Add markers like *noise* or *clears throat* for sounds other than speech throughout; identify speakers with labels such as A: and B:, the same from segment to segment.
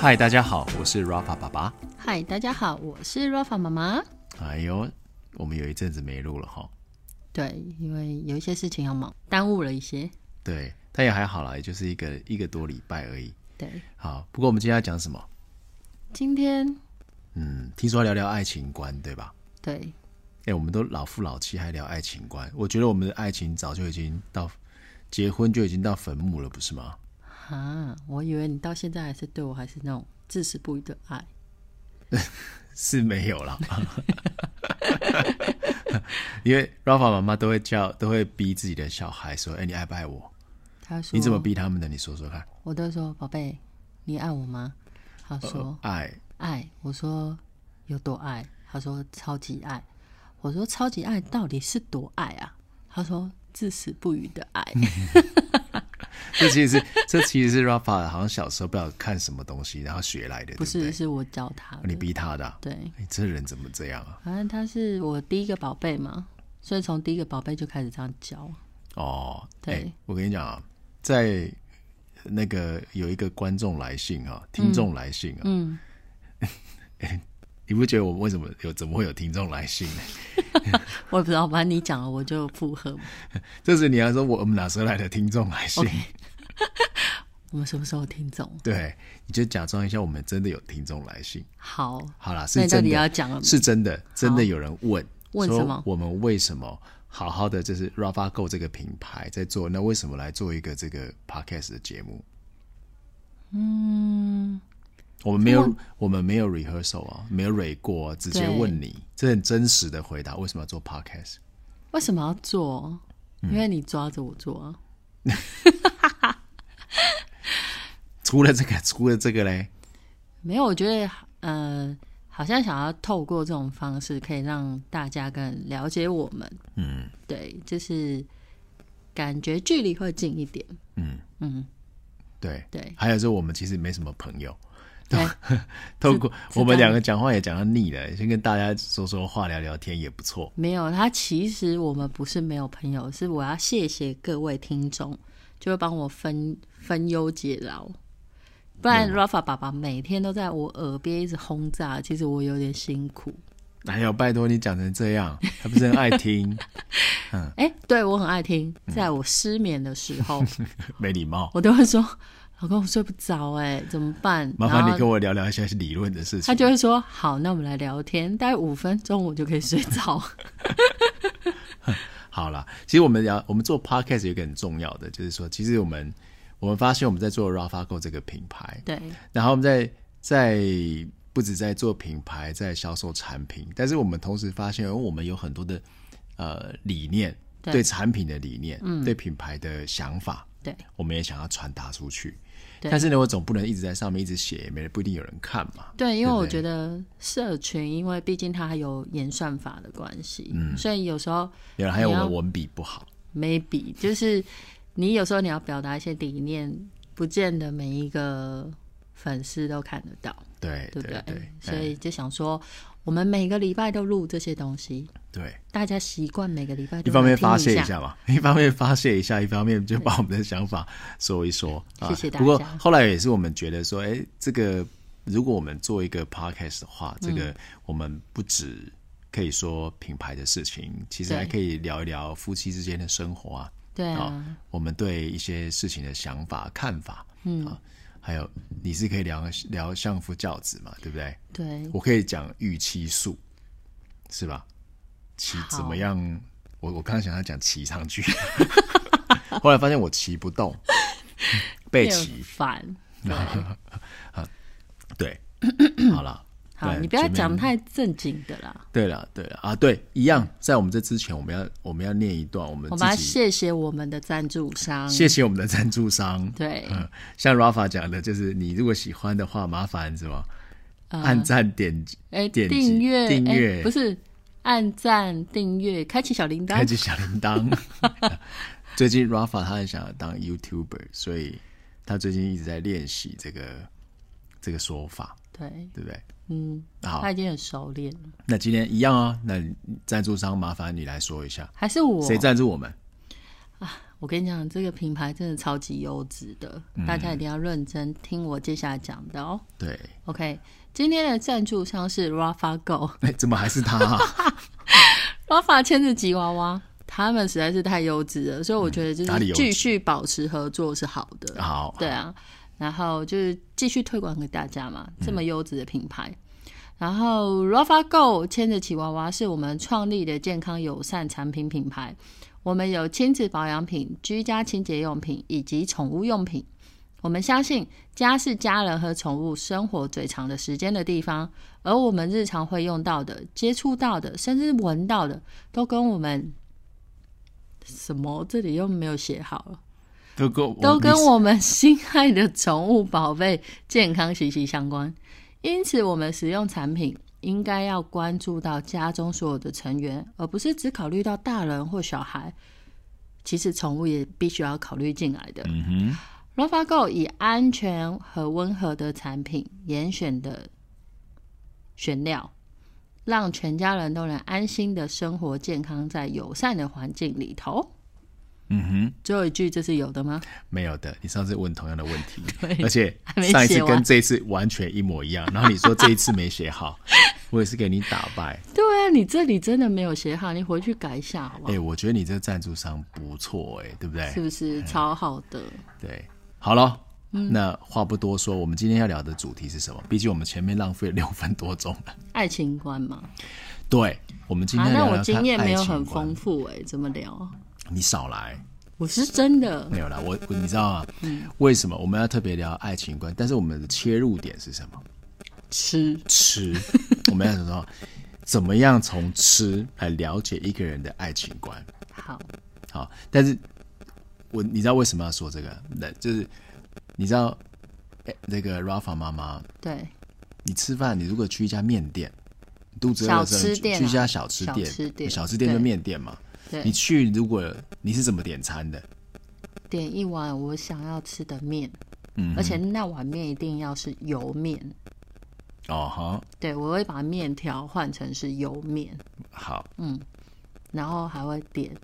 A: 嗨，大家好，我是 Rafa 爸爸。
B: 嗨，大家好，我是 Rafa 妈妈。
A: 哎呦，我们有一阵子没录了哈。
B: 对，因为有一些事情要忙，耽误了一些。
A: 对，但也还好啦，也就是一个一个多礼拜而已。
B: 对，
A: 好，不过我们今天要讲什么？
B: 今天
A: 嗯，听说要聊聊爱情观，对吧？
B: 对
A: 哎、我们都老夫老妻还聊爱情观，我觉得我们的爱情早就已经到结婚就已经到坟墓了，不是吗？
B: 啊，我以为你到现在还是对我还是那种至死不渝的爱。
A: 是没有了， *laughs* 因为 Rafa 妈妈都会叫，都会逼自己的小孩说：“哎、你爱不爱我？
B: 他说
A: 你怎么？逼他们的？你说说看。
B: 我都说宝贝，你爱我吗？他说、
A: 爱
B: 爱。我说有多爱？他说超级爱。我说超级爱到底是多爱啊？他说至死不渝的爱。
A: 嗯这其实是这其实是 Rafa 好像小时候不知道看什么东西，然后学来的，
B: 不
A: 对
B: 是，
A: 对
B: 是我教他
A: 你
B: 的。
A: 逼他的啊、
B: 对。
A: 你这人怎么这样啊？
B: 反正他是我第一个宝贝嘛，所以从第一个宝贝就开始这样教。
A: 哦，
B: 对
A: 哎我跟你讲啊，在那个有一个观众来信啊，听众来信啊， *laughs* 哎
B: 嗯，
A: 你不觉得我们为什么有怎么会有听众来信呢？ *laughs*
B: 我也不知道，反正你讲了我就附和。
A: 这是你要说我们哪时候来的听众来信
B: OK 我们什么时候听懂？
A: 对，你就假装一下我们真的有听众来信。
B: 好，
A: 好啦，
B: 那
A: 是
B: 你到
A: 真
B: 底
A: 的
B: 要，讲了没？
A: 是真的，真的有人问
B: 问
A: 说
B: 什么
A: 我们为什么好好的就是 Rafa Go 这个品牌在做，那为什么来做一个这个 podcast 的节目？
B: 嗯，
A: 我们没有，我们没有 rehearsal 啊，没有 re 过、啊，直接
B: 对
A: 问你，这很真实的回答。为什么要做 podcast？
B: 为什么要做？因为你抓着我做啊。
A: 除了这个， *laughs* 除了这个嘞，
B: 没有，我觉得呃，好像想要透过这种方式，可以让大家更了解我们。
A: 嗯
B: 对，就是感觉距离会近一点。
A: 嗯，
B: 嗯，
A: 对。 *laughs*
B: 对，
A: 还有就是我们其实没什么朋友，
B: 对，
A: 透过
B: 是
A: 我们
B: 这样
A: 两个讲话也讲到腻了，先跟大家说说话、聊聊天也不错。
B: 没有，他其实我们不是没有朋友，是我要谢谢各位听众，就会帮我分分忧解劳。不然
A: 嗯
B: Rafa 爸爸每天都在我耳边一直轰炸，其实我有点辛苦。
A: 哎呦，拜托你讲成这样，还不是很爱听， *laughs* 嗯
B: 哎、对我很爱听，在我失眠的时候， *laughs*
A: 没礼貌。
B: 我都会说：“老公，我睡不着，哎，怎么办？”
A: 麻烦你
B: 然后
A: 跟我聊聊一下理论的事
B: 他
A: 情。
B: 就会说：“好，那我们来聊天，大概五分钟我就可以睡着。 *laughs*
A: 好啦，其实我们聊我们做 podcast 有一个很重要的，就是说，其实我们我们发现我们在做 Rafago 这个品牌”，
B: 对，
A: 然后我们在在不止在做品牌，在销售产品，但是我们同时发现，我们有很多的呃理念，
B: 对嗯
A: 对产品的理念，对品牌的想法，
B: 对，
A: 我们也想要传达出去。
B: 对
A: 但是呢，我总不能一直在上面一直写，没人不一定有人看嘛。
B: 对，因为
A: 对不
B: 我
A: 对
B: 觉得社群，因为毕竟它还有演算法的关系，
A: 嗯
B: 所以有时候
A: 有人还有我
B: 你要
A: 们文笔不好，
B: maybe 就是你有时候你要表达一些理念，不见得每一个粉丝都看得到，
A: 对
B: 对不哎
A: 对哎
B: 所以就想说，我们每个礼拜都录这些东西，
A: 对，
B: 大家习惯每个礼拜
A: 一
B: 都
A: 方面
B: 来听
A: 发泄
B: 一
A: 一，下嘛， *laughs* 一方面发泄一下，一方面就把我们的想法说一说啊。
B: 谢谢大
A: 不
B: 家
A: 过后来也是我们觉得说，哎，这个如果我们做一个 podcast 的话，
B: 嗯
A: 这个我们不止可以说品牌的事情，其实
B: 对
A: 还可以聊一聊夫妻之间的生活啊，
B: 对啊，
A: 啊，我们对一些事情的想法、看法，嗯啊，还有你是可以聊聊相夫教子嘛，对不对？
B: 对，
A: 我可以讲预期数，是吧？骑
B: 好
A: 怎么样？我我刚才想要讲骑上去， *laughs* 后来发现我骑不
B: *laughs*
A: 动，被
B: 很
A: 骑
B: 烦。对，
A: 对。
B: *coughs*
A: 好了，
B: 好，
A: 对
B: 你不要
A: 前面
B: 讲太正经的啦。
A: 对了，对了啊，对，一样。在我们这之前，我们要我们要念一段我们
B: 我们要
A: 自己
B: 谢谢我们的赞助商，
A: 谢谢我们的赞助商。 *laughs*
B: 对，
A: 嗯，像 Rafa 讲的，就是你如果喜欢的话，麻烦什么
B: 呃
A: 按赞点击
B: 哎，
A: 点击
B: 订阅，
A: 订
B: 哎
A: 阅
B: 不是按赞、订阅、开启小铃
A: 开
B: 铛。
A: 启小铃铛。
B: *laughs*
A: 最近 Rafa 他很想要当 YouTuber，所以他最近一直在练习这个这个说法，
B: 对，
A: 对不对？
B: 嗯，
A: 好
B: 他，已经很熟练了。
A: 那今天一样啊、那赞助商麻烦你来说一下，
B: 还是我，
A: 谁赞助我们？
B: 我跟你讲，这个品牌真的超级优质的，
A: 嗯
B: 大家一定要认真听我接下来讲的哦。
A: 对， *laughs*
B: OK，今天的赞助商是 Rafa Go。
A: 哎、怎么还是他、
B: *laughs*
A: 啊？
B: Rafa 牵着吉娃娃，他们实在是太优质了，所以我觉得就
A: 嗯哪里
B: 是
A: 优质
B: 继续保持合作是好的。
A: 好，
B: 对啊，然后就是继续推广给大家嘛，这么优质的品牌。然后 Rafa Go 牵着吉娃娃是我们创立的健康友善产品品牌，我们有亲子保养品、居家清洁用品以及宠物用品。我们相信家是家人和宠物生活最长的时间的地方，而我们日常会用到的、接触到的，甚至闻到的，都跟我们什么这里又没有写好了。
A: 都跟
B: 都跟
A: 你
B: 我们心爱的宠物宝贝健康息息相关。因此，我们使用产品应该要关注到家中所有的成员，而不是只考虑到大人或小孩。其实，宠物也必须要考虑进来的。
A: 嗯
B: r a f a Go 以安全和温和的产品严选的选料，让全家人都能安心的生活，健康在友善的环境里头。
A: 哼，嗯
B: 最后一句，这是有的吗？
A: 哼，没有的。你上次问同样的问题，
B: 对
A: 而且
B: *laughs* 还没
A: 上一次
B: 写完
A: 跟这一次完全一模一
B: *laughs*
A: 样。然后你说这一次没写好，我也是给你打败。
B: 对啊，你这里真的没有写好，你回去改一下好不
A: 哎、
B: 好？
A: 我觉得你这赞助商不错、哎，对不对？
B: 是不是超好的？
A: 对，好了，那话不多说，我们今天要聊的主题是什么？毕竟我们前面浪费了六分多钟了。 *laughs*
B: 爱情观嘛，
A: 对，我们今
B: 啊，
A: 天
B: 那
A: 要聊
B: 我
A: 聊
B: 经
A: 看
B: 验没
A: 爱
B: 有
A: 情
B: 很
A: 观
B: 丰富哎、怎么聊？
A: 你少来，
B: 我是真的
A: 没有
B: *laughs*
A: 啦，我我你知道吗？
B: 嗯
A: 为什么我们要特别聊爱情观？但是我们的切入点是什么？
B: 吃，
A: 吃， *laughs* 我们要想说怎么样从吃来了解一个人的爱情观。
B: 好，
A: 好，但是我你知道为什么要说这个？那就是你知道，哎那个 Rafa 妈妈，
B: 对，
A: 你吃饭，你如果去一家面店，你肚子饿的时候，
B: 小
A: 你
B: 吃
A: 去
B: 店啊
A: 去一家小吃店，
B: 小吃店
A: 小吃店就
B: 对
A: 面店嘛。
B: 对
A: 你去，如果你是怎么点餐的？
B: 点一碗我想要吃的面，
A: 嗯
B: 而且那碗面一定要是油面，
A: 哦哈，
B: 对我会把面条换成是油面，
A: 好，
B: 然后还会点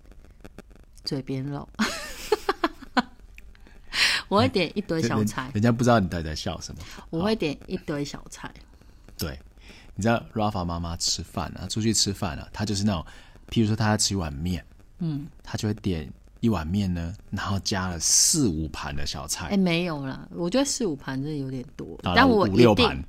B: 嘴
A: *laughs*
B: 边肉，我会点一堆小
A: 人
B: 菜，
A: 人家不知道你到底在笑什么。
B: 我会点一堆小菜。
A: 对，你知道 Rafa 妈妈吃饭啊，出去吃饭啊，她就是那种，譬如说她要吃一碗面，嗯，她就会点一碗面呢，然后加了四五盘的小菜，
B: 哎、没有啦，我觉得四五盘真的有点多，
A: 啊
B: 但我
A: 五
B: 一
A: 六
B: 定
A: 盘，嗯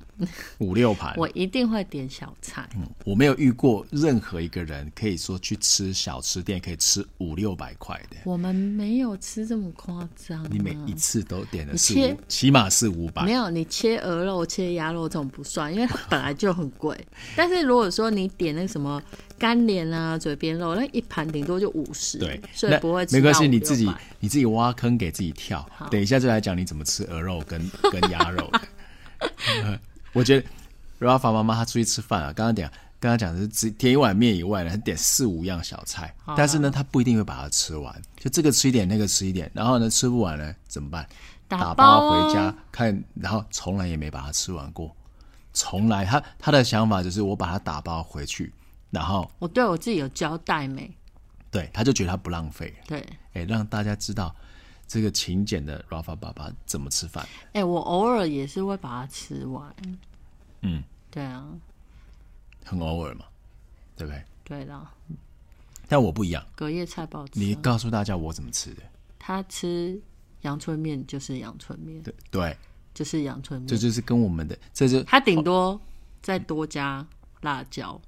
A: 五六盘，
B: 我一定会点小菜，
A: 我没有遇过任何一个人可以说去吃小吃店可以吃五六百块的。
B: 我们没有吃这么夸张、啊。
A: 你每一次都点了
B: 你
A: 四
B: 切
A: 五，起码四五百
B: 没。有你切鹅肉、切鸭肉这种不算，因为它本来就很贵。
A: *laughs*
B: 但是如果说你点那个什么干莲啊、嘴边肉，那一盘顶多就五十，
A: 对，
B: 所以
A: 那
B: 不会吃
A: 没关
B: 到
A: 系，
B: 500
A: 你自己你自己挖坑给自己跳。等一下就来讲你怎么吃鹅肉跟跟鸭肉的。
B: *laughs*
A: *laughs* 我觉得 Rafa 妈妈她出去吃饭啊，刚刚讲刚刚讲的是只点一碗面以外呢，她点四五样小菜，但是呢，她不一定会把它吃完，就这个吃一点，那个吃一点，然后呢吃不完呢怎么办？
B: 打
A: 打
B: 包啊
A: 回家看，然后从来也没把它吃完过，从来他他的想法就是我把它打包回去，然后
B: 我对我自己有交代没？
A: 对他就觉得他不浪费了。
B: 对，
A: 哎、让大家知道这个勤俭的 Rafa 爸爸怎么吃饭。
B: 哎、我偶尔也是会把它吃完。
A: 嗯，
B: 对啊，
A: 很偶尔嘛，对不对？
B: 对啦，
A: 但我不一样，
B: 隔夜菜不好吃啊。
A: 你告诉大家我怎么吃的，
B: 他吃阳春面就是阳春面，
A: 对对，
B: 就是阳春
A: 这
B: 面。
A: 就是跟我们的，这就
B: 他顶多再多加辣椒，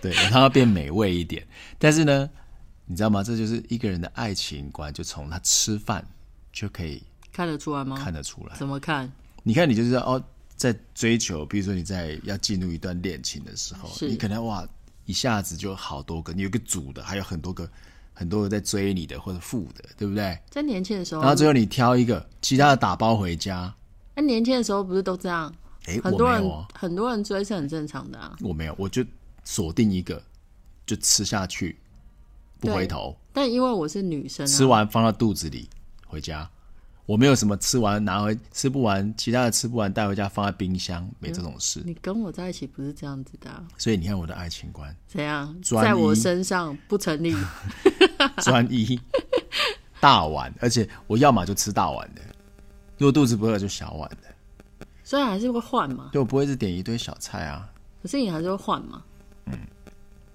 A: 对，让它变美味一点。但是呢，你知道吗？这就是一个人的爱情观，就从他吃饭就可以
B: 看得出来吗？
A: 看得出来。
B: 怎么看？
A: 你看，你就是哦，在追求，比如说你在要进入一段恋情的时候，
B: 是
A: 你可能哇，一下子就好多个，你有一个组的，还有很多个，很多个在追你的或者负的，对不对？
B: 在年轻的时候
A: 然，后最后你挑一个，其他的打包回家。
B: 那哎年轻的时候不是都这样？
A: 哎，我
B: 很多
A: 没
B: 人
A: 有哦，
B: 很多人追是很正常的啊。
A: 我没有，我就锁定一个，就吃下去，不
B: 对
A: 回头，
B: 但因为我是女生啊，
A: 吃完放到肚子里回家。我没有什么吃完拿回吃不完，其他的吃不完带回家放在冰箱，没这种事。
B: 你跟我在一起不是这样子的啊、
A: 所以你看我的爱情观
B: 怎样？
A: 专
B: 在我
A: 一
B: 身上不成立。 *laughs*
A: 专一大碗，而且我要么就吃大碗的，如果肚子不饿就小碗的，
B: 虽然还是会换嘛，
A: 对我不会是点一堆小菜啊。
B: 可是你还是会换嘛。
A: 嗯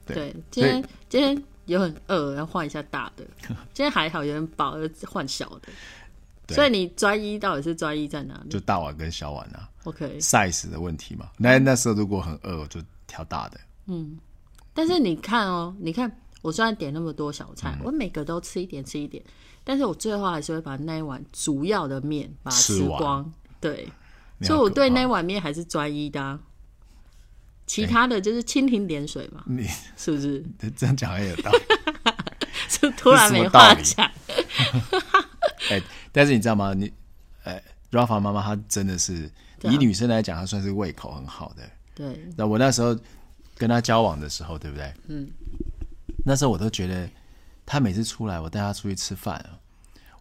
A: 对
B: 对，今天今天有很饿，要换一下大
A: *laughs*
B: 的。今天还好有点饱，就换小的。
A: 对
B: 所以你专一到底是专一在哪里
A: 就大碗跟小碗啊
B: ？OK，
A: ，size 的问题嘛。那那时候如果很饿，我就挑大的。
B: 但是你看哦，你看我虽然点那么多小菜，
A: 嗯
B: 我每个都吃一点吃一点，但是我最后还是会把那一碗主要的面把它
A: 吃
B: 吃
A: 完
B: 光。对，
A: 那
B: 所以我
A: 可怕
B: 对那碗面还是专一的、
A: 哎
B: 啊，其他的就是蜻蜓点水
A: *laughs*
B: 嘛，
A: 你
B: 是不是？
A: 这样讲也有
B: *laughs*
A: 道理。
B: 就突然没话讲，
A: 哎、但是你知道吗？你，呃，Rafa 妈妈她真的是
B: 对啊
A: 以女生来讲，她算是胃口很好的。
B: 对，
A: 那我那时候跟她交往的时候，对不对？嗯。那时候我都觉得，她每次出来，我带她出去吃饭啊，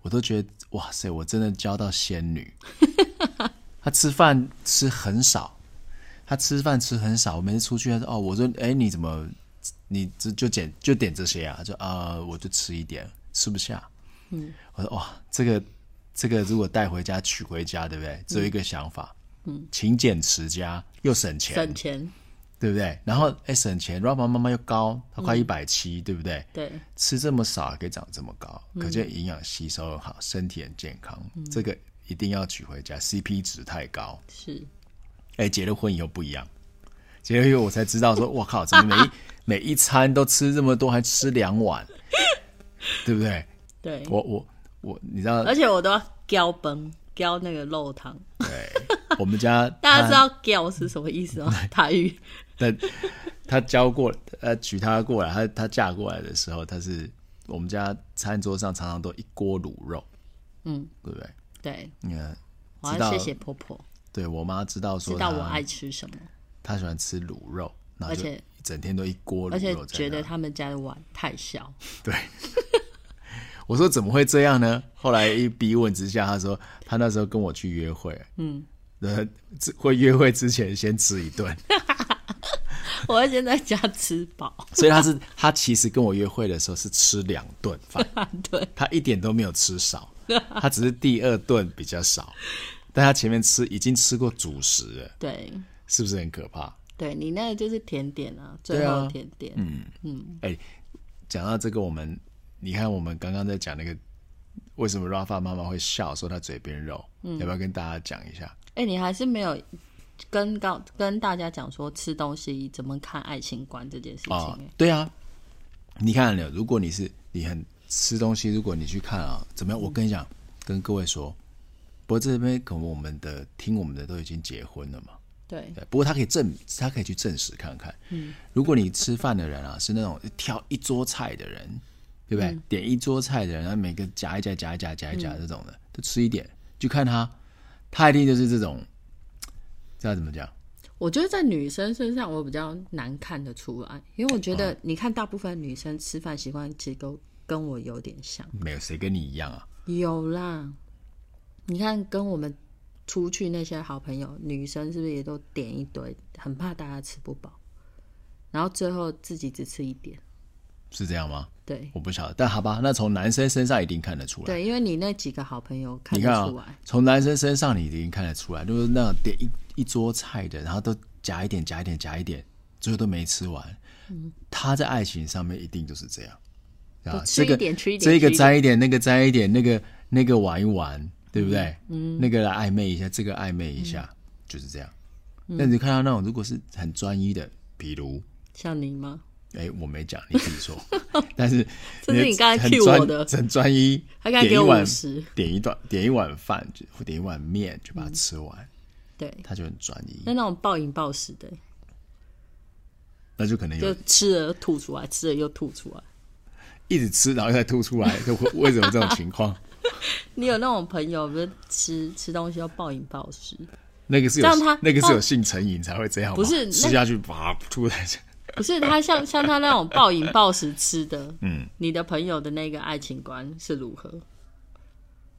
A: 我都觉得哇塞，我真的交到仙 *laughs* 女。她吃饭吃很少，她吃饭吃很少。我每次出去，她说哦，我说哎、你怎么你这就点就点这些啊？她说呃，我就吃一点，吃不下。我说哇，这个这个如果带回家取回家，对不对？只有一个想法，嗯，勤俭持家又省钱，
B: 省钱，
A: 对不对？然后哎省钱，然后妈妈妈又高，她
B: 嗯
A: 快一百七，对不对？
B: 对，
A: 吃这么少还可以长这么高，
B: 嗯
A: 可见营养吸收很好，身体很健康，这个一定要娶回家，CP 值太高。
B: 是
A: 哎，结了婚以后不一样，结了婚以后我才知道
B: *laughs*
A: 说，我靠，怎么每一每一餐都吃这么多，还吃两
B: *laughs*
A: 碗，对不对？
B: 对，
A: 我我我，你知道
B: 而且我都要浇崩浇那个肉汤，
A: 对，我们家
B: *laughs* 大家知道浇是什么
A: *laughs*
B: 意思吗？台语
A: 他他他教过呃娶她过来，她她嫁过来的时候，她是我们家餐桌上常常都一锅卤肉，
B: 嗯，
A: 对不对？
B: 对，
A: 你看，
B: 我
A: 知道
B: 要谢谢婆婆，
A: 对我妈知道
B: 知
A: 说
B: 道我
A: 她
B: 爱吃什么，
A: 她喜欢吃卤肉，然后
B: 而
A: 就
B: 且
A: 整天都一锅
B: 而
A: 卤
B: 且
A: 肉在那，
B: 觉得他们家的碗太小， *laughs*
A: 对。我说怎么会这样呢？后来一逼问之下，她说她那时候跟我去约会，嗯，呃，只会约会之前先吃一顿，
B: 我会先在家吃饱，
A: 所以她是她其实跟我约会的时候是吃两顿饭，
B: 啊对，
A: 他一点都没有吃少，他只是第二顿比较少，但他前面吃已经吃过主食了，
B: 对。
A: 是不是很可怕？
B: 对你那个就是甜点啊，最
A: 对
B: 后
A: 啊
B: 的甜点，嗯，
A: 哎、讲到这个，我们你看，我们刚刚在讲那个为什么 Rafa 妈妈会笑，说她嘴边肉，要不要跟大家讲一下？
B: 哎、你还是没有跟告跟大家讲说吃东西怎么看爱情观这件事情、
A: 啊
B: 哎、，
A: 对啊，你看了，如果你是你很吃东西，如果你去看啊，怎么样？我跟你讲，跟各位说，不过这边可能我们的听我们的都已经结婚了嘛。
B: 对
A: 对，不过他可以证，他可以去证实看看。嗯，如果你吃饭的人啊是那种挑一桌菜的人，对不对？点一桌菜的人，然后每个夹一夹、夹一夹、夹一夹这种的，就吃一点，就看他，他一定就是这种，这要怎么讲？
B: 我觉得在女生身上我比较难看得出来，因为我觉
A: 嗯
B: 得你看大部分女生吃饭习惯其实都跟我有点像，
A: 没有谁跟你一样啊，
B: 有啦，你看跟我们出去那些好朋友，女生是不是也都点一堆，很怕大家吃不饱，然后最后自己只吃一点，
A: 是这样吗？
B: 对
A: 我不晓得，但好吧，那从男生身上一定看得出来。
B: 对，因为你那几个好朋友看
A: 你
B: 得
A: 看
B: 出来。
A: 啊，从男生身上你已经看得出来，就是那种点一一桌菜的，然后都夹一点、夹一点、夹一点，最后都没吃完。他在爱情上面一定就是这样，
B: 嗯都
A: 啊，
B: 吃
A: 这
B: 一
A: 个
B: 点吃一点
A: 这
B: 吃一
A: 个
B: 点
A: 沾一点，那个沾一点，那个那个玩一玩，对不对？嗯，那个来暧昧一下，这个暧昧一下，
B: 嗯
A: 就是这样。那你看到那种如果是很专一的，比如。
B: 像你吗？
A: 哎，我没讲，你自己说。 *laughs* 但是
B: 这是你刚才
A: 很
B: cue
A: 专
B: 我的
A: 很专一，
B: 他刚才给
A: 点一
B: 我
A: 碗
B: 五十，
A: 点一段点一碗饭就或点一碗面就把
B: 嗯
A: 它吃完，
B: 对，
A: 他就很专一，
B: 那那种暴饮暴食的，
A: 那就可能
B: 就
A: 有
B: 吃了吐出来，吃了又吐出来。
A: 一直吃，然后再吐出
B: *laughs*
A: 来，就会为什么这种情况？
B: 你有那种朋友，不是吃吃东西要暴饮暴食？
A: 那个是
B: 这
A: 有
B: 样他
A: 那个是
B: 他
A: 有性成瘾才会这样吗，
B: 不是
A: 吃
B: 那
A: 下去啪吐在 *laughs* 这，
B: 不是他像像他那种
A: *laughs*
B: 暴饮暴食吃的，嗯，你的朋友的那个爱情观是如何？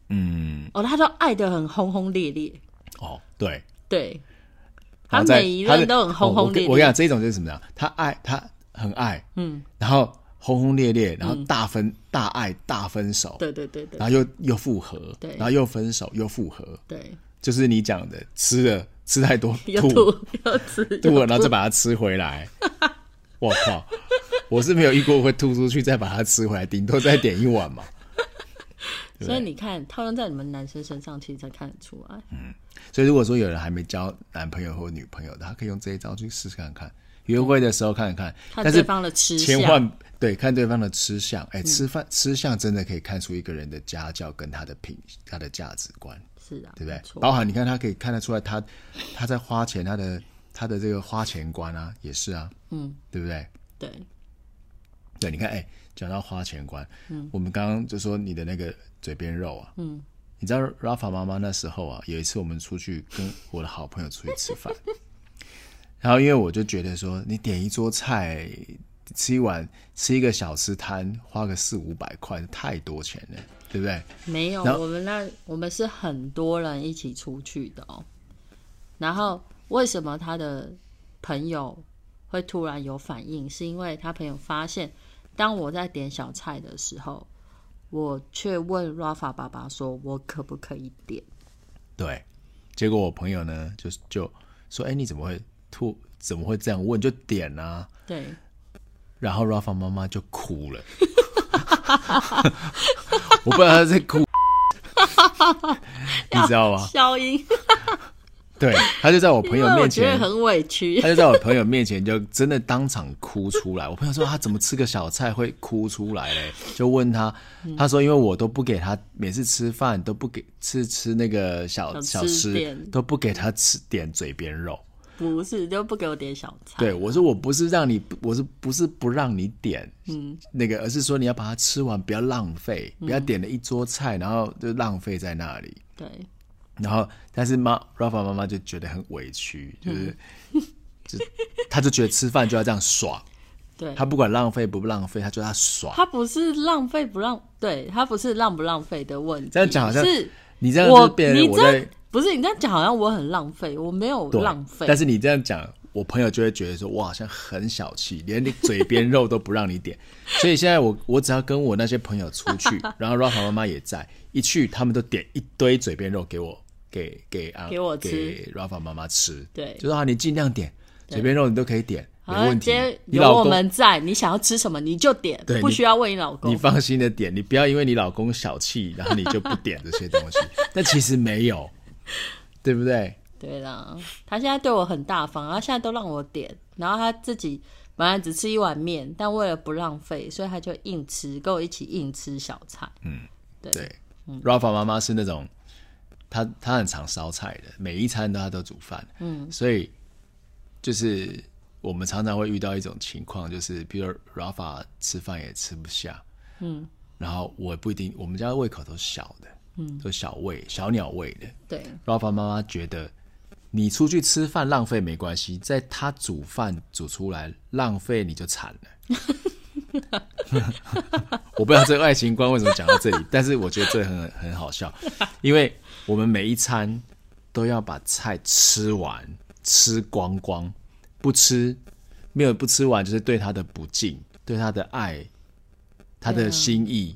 A: 嗯，
B: 哦，他都爱的很轰轰烈烈，
A: 哦，对，
B: 对，
A: 然
B: 他
A: 后再
B: 每一
A: 他的
B: 任都很轰
A: 哦
B: 轰烈
A: 我跟我跟你
B: 烈，
A: 讲，这一种就是什么呢？他爱，他很爱，
B: 嗯，
A: 然后轰轰烈烈，然后大分、大爱大分手，
B: 对对对对
A: 然后又又复合，
B: 嗯对
A: 然后又分手又复合，
B: 对，
A: 就是你讲的吃了吃太多
B: *laughs* 又
A: 吐
B: 吐又吃，
A: *laughs* 吐了，然后再把它吃回来。 *laughs* 我靠，我是没有遇过会吐出去再把它吃回来，顶多再点一碗嘛。 *laughs*
B: 所以你看，套用在你们男生身上，其实才看得出来。
A: 嗯所以如果说有人还没交男朋友或女朋友的，他可以用这一招去试试看看，约会的时候看看，
B: 看
A: 但
B: 对
A: 是
B: 方的吃
A: 千
B: 相嗯
A: 万对看对方的吃相，哎、吃饭、吃相真的可以看出一个人的家教跟他的品、他的价值观，
B: 是啊，
A: 对不
B: 没
A: 对？
B: 错
A: 包含你看他可以看得出来他，他在花钱，他的他的这个花钱观啊，也是啊，
B: 嗯，
A: 对不对？
B: 对，
A: 对，你看，哎、讲到花钱观，嗯，我们刚刚就说你的那个嘴边肉啊，嗯，你知道 Rafa 妈妈那时候啊，有一次我们出去跟我的好朋友出去吃 *laughs* 饭，然后因为我就觉得说，你点一桌菜，吃一碗，吃一个小吃摊，花个四五百块，太多钱了，对不对？
B: 没有，
A: 然后
B: 我们那我们是很多人一起出去的哦。然后为什么他的朋友会突然有反应？是因为他朋友发现，当我在点小菜的时候，我却问 Rafa 爸爸说：“我可不可以点
A: 对，结果我朋友呢，就就说，哎、你怎么会吐？怎么会这样问？就点啊。？”
B: 对，
A: 然后 Rafa 妈妈就哭了， *laughs* 我不知道她在
B: *laughs*
A: 哭，你知道吗？
B: 消音，
A: 对，她就在我朋
B: 因
A: 友
B: 为我
A: 面
B: 觉得
A: 前，
B: 很委屈
A: 她。就在我朋友面前就真的当场哭出来。我朋友说她怎么吃个小菜会哭出来嘞？就问她，
B: 嗯
A: 她说因为我都不给她，每次吃饭都不给吃吃那个小小
B: 小吃
A: 吃
B: 点
A: 都不给她吃点嘴边肉。
B: 不是，就不给我点小菜。
A: 对，我说我不是让你，我是不是不让你点，嗯，那个，而是说你要把它吃完，不要浪费，
B: 嗯
A: 不要点了一桌菜，然后就浪费在那里。
B: 对
A: 然后，但是妈 Rafa 妈妈就觉得很委屈，就
B: 嗯
A: 是， *laughs* 就她就觉得吃饭就要这样爽，
B: 对，
A: 她不管浪费不浪费，她觉得她爽。
B: 他不是浪费不浪，对他不是浪不浪费的问题。
A: 这样讲好像
B: 是
A: 你这样
B: 我
A: 就变成
B: 你
A: 我
B: 这
A: 在
B: 样不是你这样讲，好像我很浪费，我没有
A: 对
B: 浪费。
A: 但是你这样讲，我朋友就会觉得说，我好像很小气，连你嘴边肉都不让你
B: *laughs*
A: 点。所以现在我我只要跟我那些朋友出去，然后 Rafa 妈妈也在，一去他们都点一堆嘴边肉给我，给给啊，
B: 给我吃
A: 给 Rafa 妈妈吃。
B: 对
A: 就说啊，你尽量点，嘴边肉你都可以点，没
B: 好像
A: 问
B: 今
A: 题
B: 天。
A: 你
B: 有
A: 老
B: 我
A: 公，
B: 们哦在，你想要吃什么你就点
A: 对，
B: 不
A: 你
B: 需要问你老
A: 你
B: 公。
A: 放心的点，你不要因为你老公小气，然后你就不点这些东
B: *laughs*
A: 西。但其实没有，对不对？
B: 对啦，他现在对我很大方，然后现在都让我点，然后他自己本来只吃一碗面，但为了不浪费，所以他就硬吃，跟我一起硬吃小菜。
A: 嗯对、r 嗯 a f a 妈妈是那种，她她很常烧菜的，每一餐都她都煮饭，嗯，所以就是我们常常会遇到一种情况，就是比如 Rafa 吃饭也吃不下，嗯，然后我也不一定，我们家胃口都小的，嗯，都小胃小鸟胃的
B: 对，
A: ，Rafa 妈妈觉得。你出去吃饭浪费没关系，在她煮饭煮出来浪费你就惨了。 *laughs* 我不知道这个爱情观为什么讲到这里，但是我觉得这很很好笑，因为我们每一餐都要把菜吃完，吃光光，不吃没有不吃完就是对他的不敬，对他的爱，他的心意，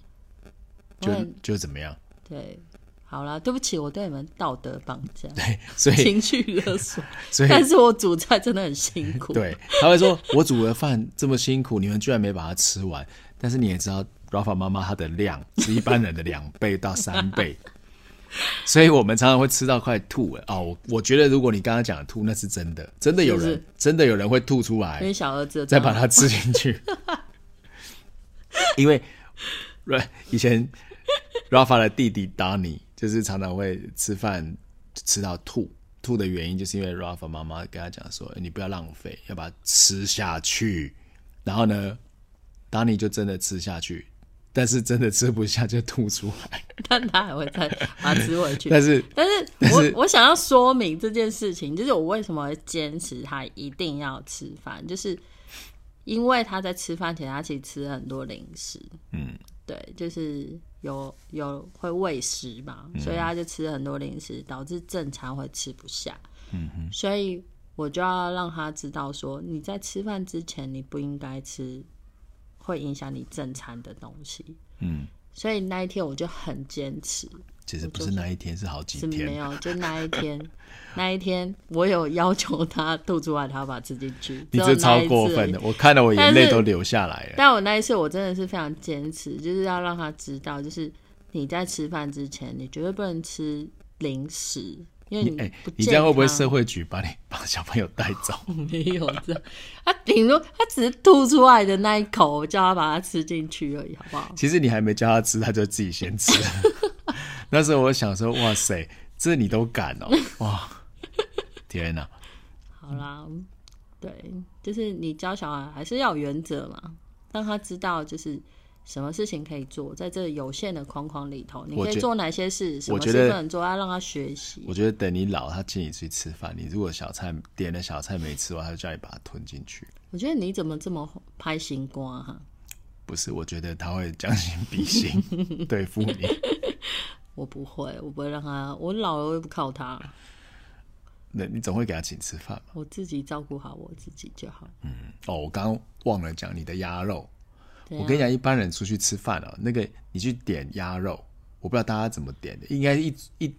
B: 对
A: 就就怎么样？
B: 对，好啦，对不起，我对你们道德绑架、
A: 对，
B: *laughs*
A: 所以
B: 情绪勒索，
A: 所以
B: 但是我煮菜真的很辛苦。
A: 对，他会说：“我煮的饭这么辛苦，你们居然没把它吃完。”但是你也知道，Rafa 妈妈她的量是一般人的两倍到三
B: *laughs*
A: 倍，所以我们常常会吃到快吐了。哦，我我觉得如果你刚刚讲的吐，那是真的，真的有人
B: 是不是
A: 真的有人会吐出
B: 因
A: 来
B: 为，小儿子的
A: 再把
B: 状
A: 它吃进去。因为，Ra- 以前 Rafa 的弟弟 Danny 就是常常会吃饭吃到吐，吐的原因就是因为 Rafa 妈妈跟他讲说：“欸你不要浪费，要把它吃下去。”然后呢，Danny 就真的吃下去，但是真的吃不下就吐出
B: *laughs*
A: 来。
B: 但他还会再把它吃
A: *laughs*
B: 回去。
A: 但是
B: 但是
A: 但
B: 我
A: 是
B: 我想要说明这件事情，就是我为什么坚持他一定要吃饭，就是因为他在吃饭前他其实吃了很多零食，嗯，对，就是有有会喂食嘛，
A: 嗯
B: 所以他就吃了很多零食，导致正常会吃不下。嗯所以我就要让他知道说，你在吃饭之前你不应该吃会影响你正餐的东西。
A: 嗯，
B: 所以那一天我就很坚持，
A: 其实不是那一天，是好几
B: 是没
A: 天。
B: 有，就那一天，那一天我有要求他吐出来，他把吃进
A: *laughs*
B: 去，
A: 你
B: 只有
A: 这
B: 那
A: 超
B: 一
A: 过
B: 次而
A: 分
B: 已
A: 的，我看了我眼
B: 但
A: 泪
B: 是
A: 都流下来了。
B: 但我那一次我真的是非常坚持，就是要让他知道，就是你在吃饭之前，你绝对不能吃零食，因为
A: 你
B: 你
A: 哎、
B: 不
A: 你这样会不会
B: 健康
A: 社会局把你把小朋友带走？
B: *laughs* 没有这样，他顶多他只是吐出来的那一口，我叫他把它吃进去而已，好不好？
A: 其实你还没教他吃，他就自己先吃。那时候我想说，哇塞，这你都敢哦，哇，天哪、
B: 好啦，对，就是你教小孩还是要有原则嘛，让他知道就是什么事情可以做，在这有限的框框里头，你
A: 我
B: 可以
A: 觉
B: 做哪些事，什
A: 我
B: 么
A: 觉
B: 事
A: 得
B: 不能做，要让他学习。
A: 我觉得等你老，他请你出去吃饭，你如果小菜点了小菜没吃完，他就叫你把它吞进去。
B: 我觉得你怎么这么拍行瓜哈、
A: 不是，我觉得他会将心比心对付你。
B: 我不会，我不会让他，我老了我也不靠他，
A: 那你总会给他请吃饭嘛？
B: 我自己照顾好我自己就好。
A: 哦，我刚刚忘了讲你的鸭肉。
B: 对
A: 我
B: 啊
A: 跟你讲，一般人出去吃饭啊，那个你去点鸭肉，我不知道大家怎么点的，应该一一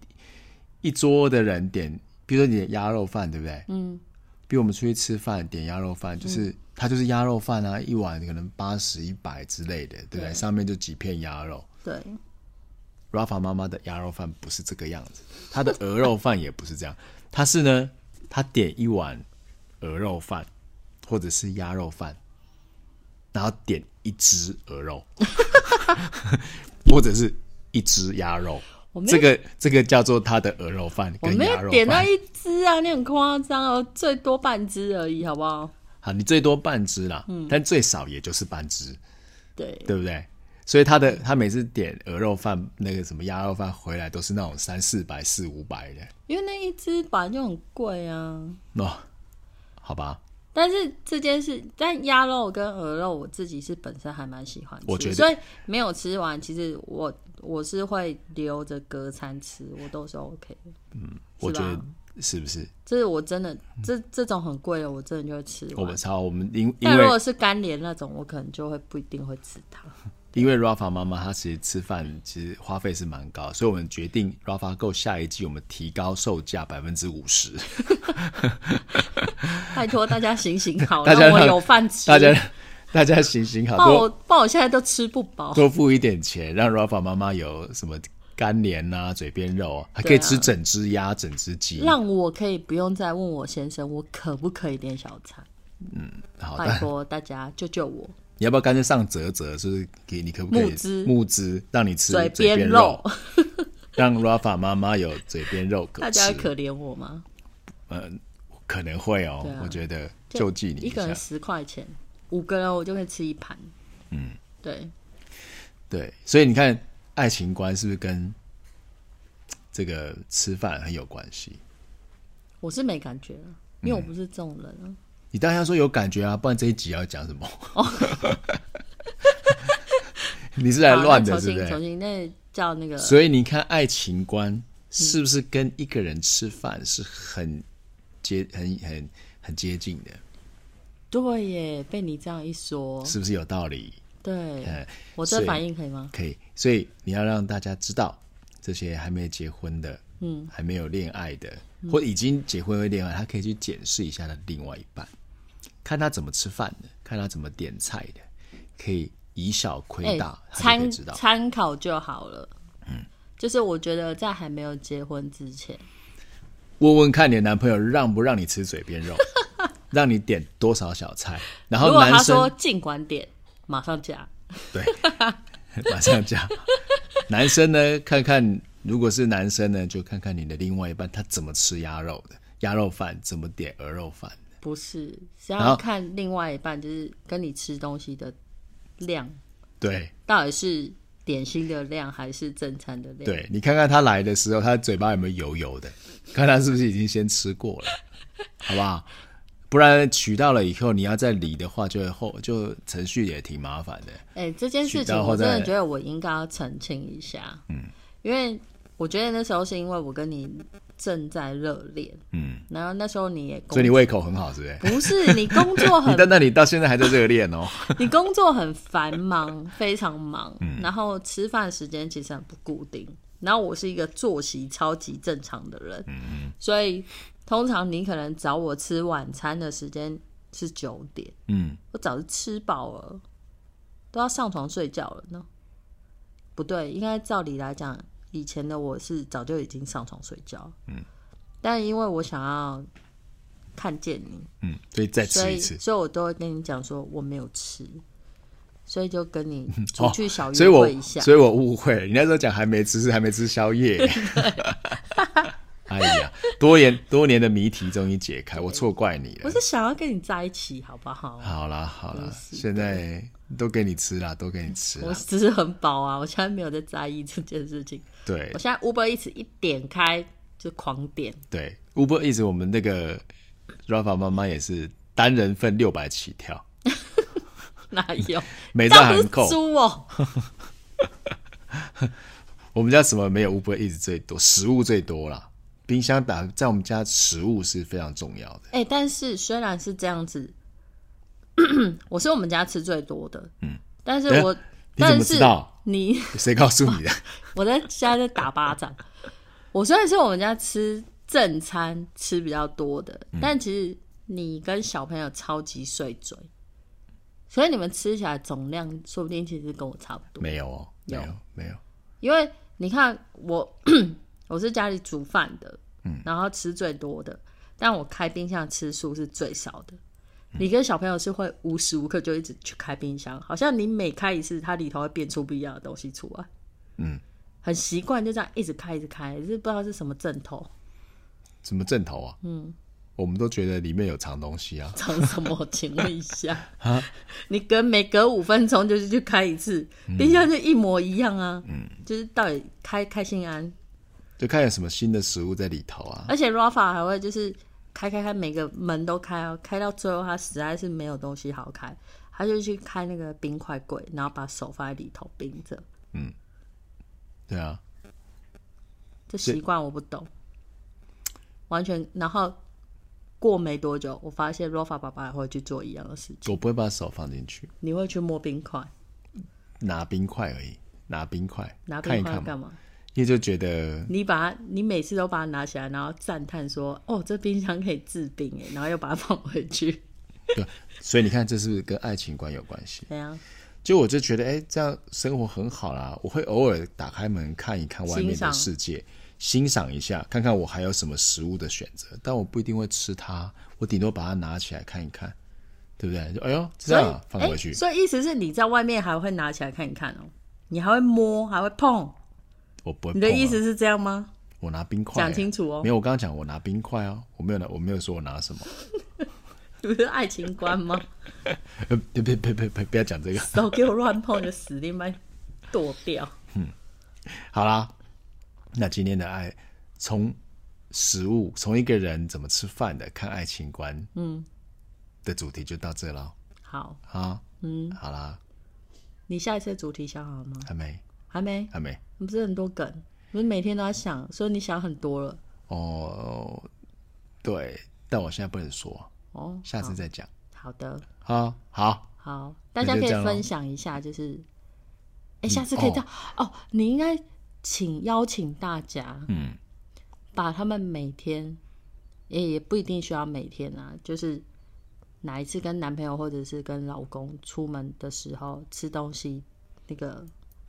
A: 一桌的人点，比如说你点鸭肉饭，对不对？嗯。比如我们出去吃饭点鸭肉饭，就是、它就是鸭肉饭啊，一碗可能八十一百之类的，对不对？上面就几片鸭肉。
B: 对，
A: Rafa 妈妈的鸭肉饭不是这个样子，她的鹅肉饭也不是这样，她是呢，她点一碗鹅肉饭或者是鸭肉饭，然后点一只鹅肉， *laughs* 或者是一只鸭肉
B: 我。没有
A: 这个这个叫做她的鹅肉饭
B: 我
A: 跟
B: 没
A: 鸭
B: 有
A: 啊肉
B: 点到
A: 饭。
B: 一只啊，你很夸张哦，最多半只而已，好不好？
A: 好，你最多半只啦，
B: 嗯
A: 但最少也就是半只，
B: 对，
A: 对不对？所以她的她每次点鹅肉饭那个什么鸭肉饭回来都是那种三四百四五百的，
B: 因为那一只本来就很贵啊。
A: 那、哦好吧。
B: 但是这件事，但鸭肉跟鹅肉，我自己是本身还蛮喜欢吃，
A: 我觉得
B: 所以没有吃完，其实我我是会留着隔餐吃，我都是 OK 的。
A: 我
B: 是
A: 觉
B: 吧
A: 得是不是？
B: 这是我真的，这这种很贵的，我真的就会吃
A: 嗯我
B: 完。
A: 们超我们因因
B: 但如果
A: 为
B: 是干莲那种，我可能就会不一定会吃
A: *laughs*
B: 它。
A: 因为 Rafa 妈妈她其实吃饭其实花费是蛮高，所以我们决定 Rafa Go 下一季我们提高售价百分之五十，
B: 拜托大家行行好，
A: 大家
B: 让我
A: 让
B: 有饭吃。
A: *laughs* 大家大家行行好，
B: 不然
A: 多
B: 我不然我现在都吃不饱。
A: 多付一点钱，让 Rafa 妈妈有什么干莲啊、嘴边肉啊，还可以吃整只鸭、整只鸡。
B: 让我可以不用再问我先生我可不可以点小餐，
A: 好，
B: 拜
A: 但
B: 托大家救救我！
A: 你要不要干脆上泽泽，就是给你可不可以
B: 募资
A: 募资让你吃
B: 嘴
A: 边
B: 边肉，
A: 让 Rafa 妈妈有嘴边肉可吃。
B: *laughs* 大家会可怜我吗？
A: 呃，可能会哦，
B: 对啊
A: 我觉得救济你
B: 一个
A: 下
B: 人。十块钱，五个人我就可以吃一盘。
A: 嗯，
B: 对，
A: 对，所以你看，爱情观是不是跟这个吃饭很有关系？
B: 我是没感觉了，因
A: 嗯
B: 为我不是这种人啊。
A: 你当然要说有感觉啊，不然这一集要讲什么？ *laughs* 你是来
B: 好
A: 乱
B: 那
A: 的，
B: 重
A: 是不
B: 新重
A: 是？
B: 新嗯那叫那个
A: 所以你看，爱情观是不是跟一个人吃饭是很接、很很很接近的？
B: 哦对耶，被你这样一说，
A: 是不是有道理？
B: 对
A: 呃，
B: 我
A: 所
B: 这
A: 以
B: 反应可以吗？
A: 可以，所以你要让大家知道这些还没结婚的，
B: 嗯，
A: 还没有恋爱的，或已经结婚或恋爱，他可以去检视一下他的另外一半，看他怎么吃饭的，看他怎么点菜的，可以以小
B: 哎
A: 窥大，他就可
B: 参
A: 以知道。
B: 参考就好了。嗯，就是我觉得在还没有结婚之前，
A: 问问看你的男朋友让不让你吃嘴边
B: *laughs*
A: 肉，让你点多少小菜，然
B: 如
A: 后
B: 果他
A: 男
B: 说
A: 生
B: 尽管点，马上加。
A: 对， *laughs* 马上讲。男生呢，看看如果是男生呢，就看看你的另外一半他怎么吃鸭肉的，鸭肉饭怎么点鹅肉饭的。
B: 不是，是
A: 然后
B: 要看另外一半，就是跟你吃东西的量，
A: 对
B: 到底是点心的量还是正餐的量？，
A: 对，你看看他来的时候，他嘴巴有没有油油的，看他是不是已经先吃过了，好不好？不然取到了以后，你要再理的话，就会后就程序也挺麻烦的。
B: 哎、这件事情我真的觉得我应该要澄清一下，嗯，因为我觉得那时候是因为我跟你正在热恋，
A: 嗯，
B: 然后那时候你也工
A: 所以你胃口很好，是不是？
B: *laughs* 不是你工作
A: *laughs* 你
B: 很
A: 到那里到现在还在热恋哦。
B: 你工作很繁忙， *laughs* 非常忙，
A: 嗯
B: 然后吃饭时间其实很不固定。然后我是一个作息超级正常的人，
A: 嗯
B: 所以通常你可能找我吃晚餐的时间是九点，
A: 嗯，
B: 我早就吃饱了，都要上床睡觉了呢。不对，应该照理来讲，以前的我是早就已经上床睡觉，嗯，但因为我想要看见你，
A: 嗯，所以再
B: 所
A: 吃
B: 以，
A: 一次。
B: 所以我都会跟你讲说我没有吃，所以就跟你出
A: 哦
B: 去小
A: 所以
B: 约
A: 我
B: 会一下。
A: 所以我误会了，你那时候讲还没吃是还没吃宵
B: *laughs*
A: 夜。哎呀，多年多年的谜题终于解开，我错怪你
B: 我
A: 了。
B: 是想要跟你在一起，好不好？
A: 好啦好啦，
B: 是的
A: 现在都给你吃啦，都给你吃
B: 我
A: 啦。
B: 只是很饱啊，我现在没有在在意这件事情。
A: 对
B: 我现在 Uber 一直一点开就狂点， *laughs*
A: 对，Uber 一直我们那个 Rafa 妈妈也是单人份六百起跳，
B: 哪有？
A: 每
B: 这
A: 站
B: 样不
A: 含
B: 是
A: 扣。
B: 猪哦、
A: 我们家什么没有 Uber 一直最多，食物最多啦。冰箱打在我们家食物是非常重要的。
B: 哎、但是虽然是这样子， *clears throat* 我是我们家吃最多的，嗯，但是
A: 等一下
B: 我，
A: 哎你怎
B: 但
A: 么
B: 是
A: 知道
B: 你。
A: 谁告诉
B: *laughs*
A: 你的？
B: 我在家在打巴掌。我虽然是我们家吃正餐吃比较多的，
A: 嗯
B: 但其实你跟小朋友超级碎嘴，所以你们吃起来总量说不定其实跟我差不多。
A: 没有哦，没
B: 有
A: 有没有。
B: 因为你看我， *coughs* 我是家里煮饭的，然后吃最多的，但我开冰箱吃数是最少的。你跟小朋友是会无时无刻就一直去开冰箱，好像你每开一次，它里头会变出不一样的东西出来。
A: 嗯，
B: 很习惯就这样一直开一直开，是不知道是什么阵头， *laughs*
A: 什么正头啊？嗯，我们都觉得里面有藏东西啊。
B: 长什么？请问一下，你隔每隔五分钟就是去开一次，冰箱就一模一样啊。嗯，就是到底开开心安，
A: 就看有什么新的食物在里头啊。
B: 而且 Rafa 还会就是开开开，每个门都开哦，开到最后他实在是没有东西好开，他就去开那个冰块柜，然后把手放在里头冰着。
A: 对啊，
B: 这习惯我不懂，完全。然后过没多久，我发现 Rafa 爸爸也会去做一样的事情，
A: 我不会把手放进去，
B: 你会去摸冰块，
A: 拿冰块而已，拿冰块，
B: 拿
A: 看
B: 冰
A: 一
B: 块
A: 看嘛。
B: 干嘛？
A: 因为就觉得
B: 你把它，你每次都把它拿起来，然后赞叹说：“哦，这冰箱可以治病哎。”然后又把它放回去，
A: *laughs* 对，所以你看，这是不是跟爱情观有关系？
B: 怎样？
A: 就我就觉得，哎、这样生活很好啦。我会偶尔打开门看一看外面
B: 欣
A: 的
B: 赏
A: 世界，欣赏一下，看看我还有什么食物的选择。但我不一定会吃它，我顶多把它拿起来看一看，对不对？就哎呦，这
B: 所以
A: 样啊放回去
B: 诶。所以意思是你在外面还会拿起来看一看哦，你还会摸，还会碰。
A: 啊我不会、碰
B: 你的意
A: 啊
B: 思是这样吗？
A: 我拿冰块、
B: 讲清楚哦
A: 啊没有，我刚刚讲我拿冰块哦，我没有拿，我没有说我拿什么。
B: 你 *laughs* 不是爱情观吗？
A: 呃，别别别别别，不要讲这个。
B: 手给我乱碰就死定被剁掉。
A: 好啦，那今天的爱从食物，从一个人怎么吃饭的，看爱情观，嗯，的主题就到这了
B: 好，
A: 啊。嗯，好啦，
B: 你下一次的主题想好了吗？
A: 还没，
B: 还没，
A: 还没。
B: 你不是很多梗，不是每天都在想，所以你想很多了。
A: 哦，对，但我现在不能说，
B: 哦，
A: 下次再讲。
B: 好的，
A: 好，好，
B: 好，
A: 那
B: 大
A: 就
B: 家可以
A: 这样咯嗯
B: 分享一下，就是，哎、下次可以这样哦你应该请邀请大家，
A: 嗯，
B: 把他们每天，也也不一定需要每天啊，就是哪一次跟男朋友或者是跟老公出门的时候吃东西那个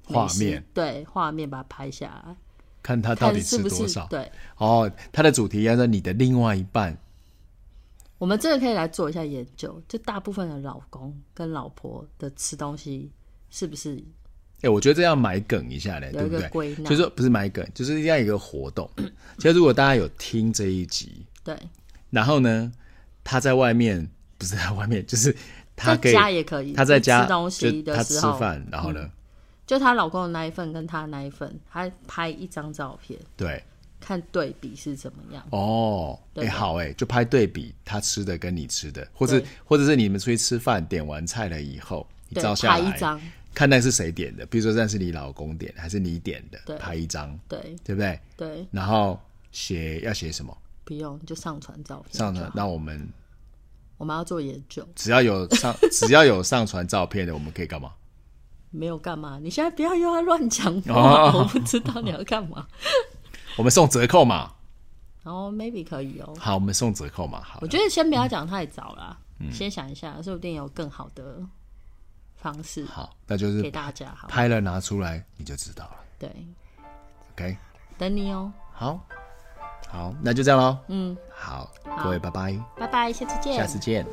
B: 美
A: 画
B: 食
A: 面，
B: 对画面把它拍下来，
A: 看他到
B: 看
A: 底
B: 是
A: 吃
B: 不
A: 多
B: 是
A: 少。
B: 对。
A: 哦，他的主题要在你的另外一半
B: 我们真的可以来做一下研究，就大部分的老公跟老婆的吃东西是不是
A: 哎、我觉得这要埋梗一下嘞，
B: 有
A: 对
B: 一
A: 不
B: 个
A: 对？
B: 归纳
A: 就是说不是埋梗，就是这样一个活动。其实如果大家有听这一集，
B: 对？
A: 然后呢，他在外面不是在外面，就是他
B: 在
A: 可以
B: 家也可以，
A: 他在家
B: 吃东西
A: 就
B: 的
A: 他
B: 时
A: 吃
B: 候，嗯
A: 饭，然后呢，
B: 就她老公的那一份跟她的那一份，她拍一张照片，
A: 对，
B: 看对比是怎么样。
A: 哦，哎、
B: 对
A: 好哎、就拍对比，他吃的跟你吃的，或者
B: 对
A: 或者是你们出去吃饭，点完菜了以后，你
B: 对
A: 照下来
B: 拍一张
A: 看那是谁点的，比如说那是你老公点的还是你点的，
B: 对
A: 拍一张，
B: 对
A: 对不对？
B: 对，
A: 然后写要写什么
B: 不用就上传照片。
A: 上传，，那我们
B: 我们要做研究，
A: 只要有
B: *laughs*
A: 上只要有上传照片的，我们可以干嘛？
B: 没有干嘛。你现在不要又要乱讲话，
A: 哦
B: *laughs* 我不知道你要干嘛。
A: 我们送折扣嘛？
B: 然后 maybe 可以哦，
A: 好，我们送折扣嘛？好
B: 我，觉得先不要讲太早啦，
A: 嗯
B: 先想一下，说不定有更好的方式
A: 好，那就
B: 给
A: 是
B: 大家。好，
A: 拍了拿出来你就知道了。
B: 对，
A: OK，
B: 等你哦，
A: 好，好，那就这样喽。
B: 嗯，
A: 好，
B: 好
A: 各位，拜拜，
B: 拜拜，下次见，
A: 下次见。